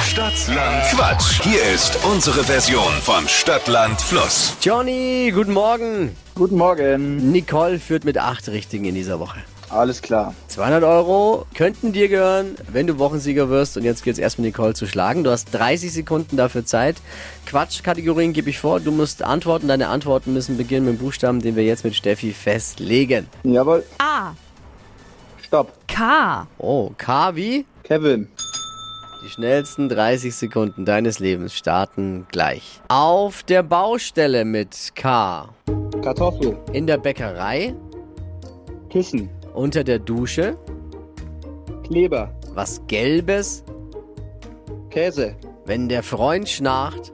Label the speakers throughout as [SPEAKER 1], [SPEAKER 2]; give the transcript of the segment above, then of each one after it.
[SPEAKER 1] Stadtland Quatsch. Hier ist unsere Version von Stadtland Fluss.
[SPEAKER 2] Johnny, guten Morgen.
[SPEAKER 3] Guten Morgen.
[SPEAKER 2] Nicole führt mit acht Richtigen in dieser Woche.
[SPEAKER 3] Alles klar.
[SPEAKER 2] 200 Euro könnten dir gehören, wenn du Wochensieger wirst. Und jetzt geht's erst mit Nicole zu schlagen. Du hast 30 Sekunden dafür Zeit. Quatschkategorien gebe ich vor. Du musst antworten. Deine Antworten müssen beginnen mit dem Buchstaben, den wir jetzt mit Steffi festlegen.
[SPEAKER 3] Jawohl.
[SPEAKER 4] A.
[SPEAKER 3] Stopp.
[SPEAKER 4] K.
[SPEAKER 2] Oh, K wie?
[SPEAKER 3] Kevin.
[SPEAKER 2] Die schnellsten 30 Sekunden deines Lebens starten gleich. Auf der Baustelle mit K.
[SPEAKER 3] Kartoffel.
[SPEAKER 2] In der Bäckerei.
[SPEAKER 3] Kissen.
[SPEAKER 2] Unter der Dusche.
[SPEAKER 3] Kleber.
[SPEAKER 2] Was Gelbes.
[SPEAKER 3] Käse.
[SPEAKER 2] Wenn der Freund schnarcht.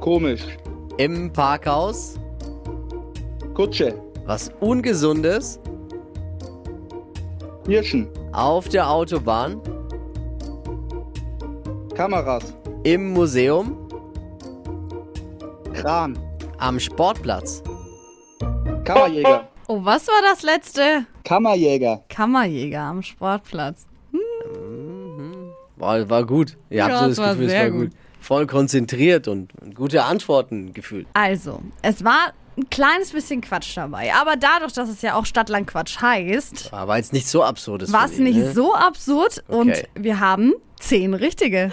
[SPEAKER 3] Komisch.
[SPEAKER 2] Im Parkhaus.
[SPEAKER 3] Kutsche.
[SPEAKER 2] Was Ungesundes.
[SPEAKER 3] Hirschen.
[SPEAKER 2] Auf der Autobahn.
[SPEAKER 3] Kameras.
[SPEAKER 2] Im Museum.
[SPEAKER 3] Kran.
[SPEAKER 2] Am Sportplatz.
[SPEAKER 3] Kammerjäger.
[SPEAKER 4] Oh, was war das letzte?
[SPEAKER 3] Kammerjäger.
[SPEAKER 4] Kammerjäger am Sportplatz.
[SPEAKER 2] War, war gut. Ihr habt
[SPEAKER 4] Ja,
[SPEAKER 2] so
[SPEAKER 4] es
[SPEAKER 2] das
[SPEAKER 4] war
[SPEAKER 2] Gefühl, es
[SPEAKER 4] sehr
[SPEAKER 2] war gut.
[SPEAKER 4] gut.
[SPEAKER 2] Voll konzentriert und, und gute Antworten gefühlt.
[SPEAKER 4] Also, es war ein kleines bisschen Quatsch dabei. Aber dadurch, dass es ja auch Stadtland Quatsch heißt,
[SPEAKER 2] Aber war jetzt nicht so absurdes.
[SPEAKER 4] war es
[SPEAKER 2] von Ihnen,
[SPEAKER 4] nicht
[SPEAKER 2] ne?
[SPEAKER 4] so absurd. Und wir haben zehn richtige.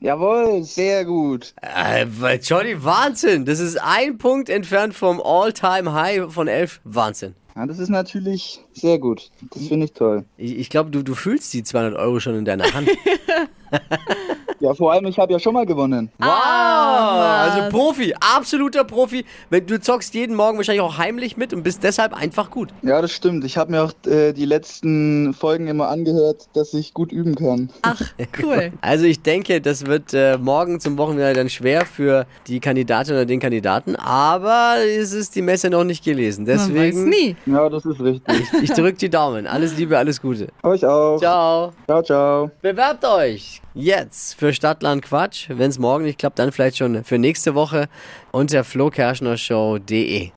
[SPEAKER 3] Jawohl. Sehr gut.
[SPEAKER 2] Äh, weil Johnny, Wahnsinn! Das ist ein Punkt entfernt vom All-Time-High von 11. Wahnsinn.
[SPEAKER 3] Ja, das ist natürlich sehr gut. Das finde ich toll.
[SPEAKER 2] Ich, ich glaube, du, du fühlst die 200 Euro schon in deiner Hand.
[SPEAKER 3] Ja, vor allem, ich habe ja schon mal gewonnen.
[SPEAKER 2] Wow! also Profi, absoluter Profi. Wenn Du zockst jeden Morgen wahrscheinlich auch heimlich mit und bist deshalb einfach gut.
[SPEAKER 3] Ja, das stimmt. Ich habe mir auch äh, die letzten Folgen immer angehört, dass ich gut üben kann.
[SPEAKER 4] Ach, cool.
[SPEAKER 2] Also ich denke, das wird äh, morgen zum Wochenende dann schwer für die Kandidatin oder den Kandidaten, aber es ist die Messe noch nicht gelesen.
[SPEAKER 4] Man weiß
[SPEAKER 2] Deswegen,
[SPEAKER 4] nie.
[SPEAKER 3] Ja, das ist richtig.
[SPEAKER 2] ich drücke die Daumen. Alles Liebe, alles Gute.
[SPEAKER 3] Euch auch.
[SPEAKER 2] Ciao.
[SPEAKER 3] Ciao, ciao.
[SPEAKER 2] Bewerbt euch jetzt für Stadtland Quatsch. Wenn es morgen nicht klappt, dann vielleicht schon für nächste Woche unter flokerschnershow.de.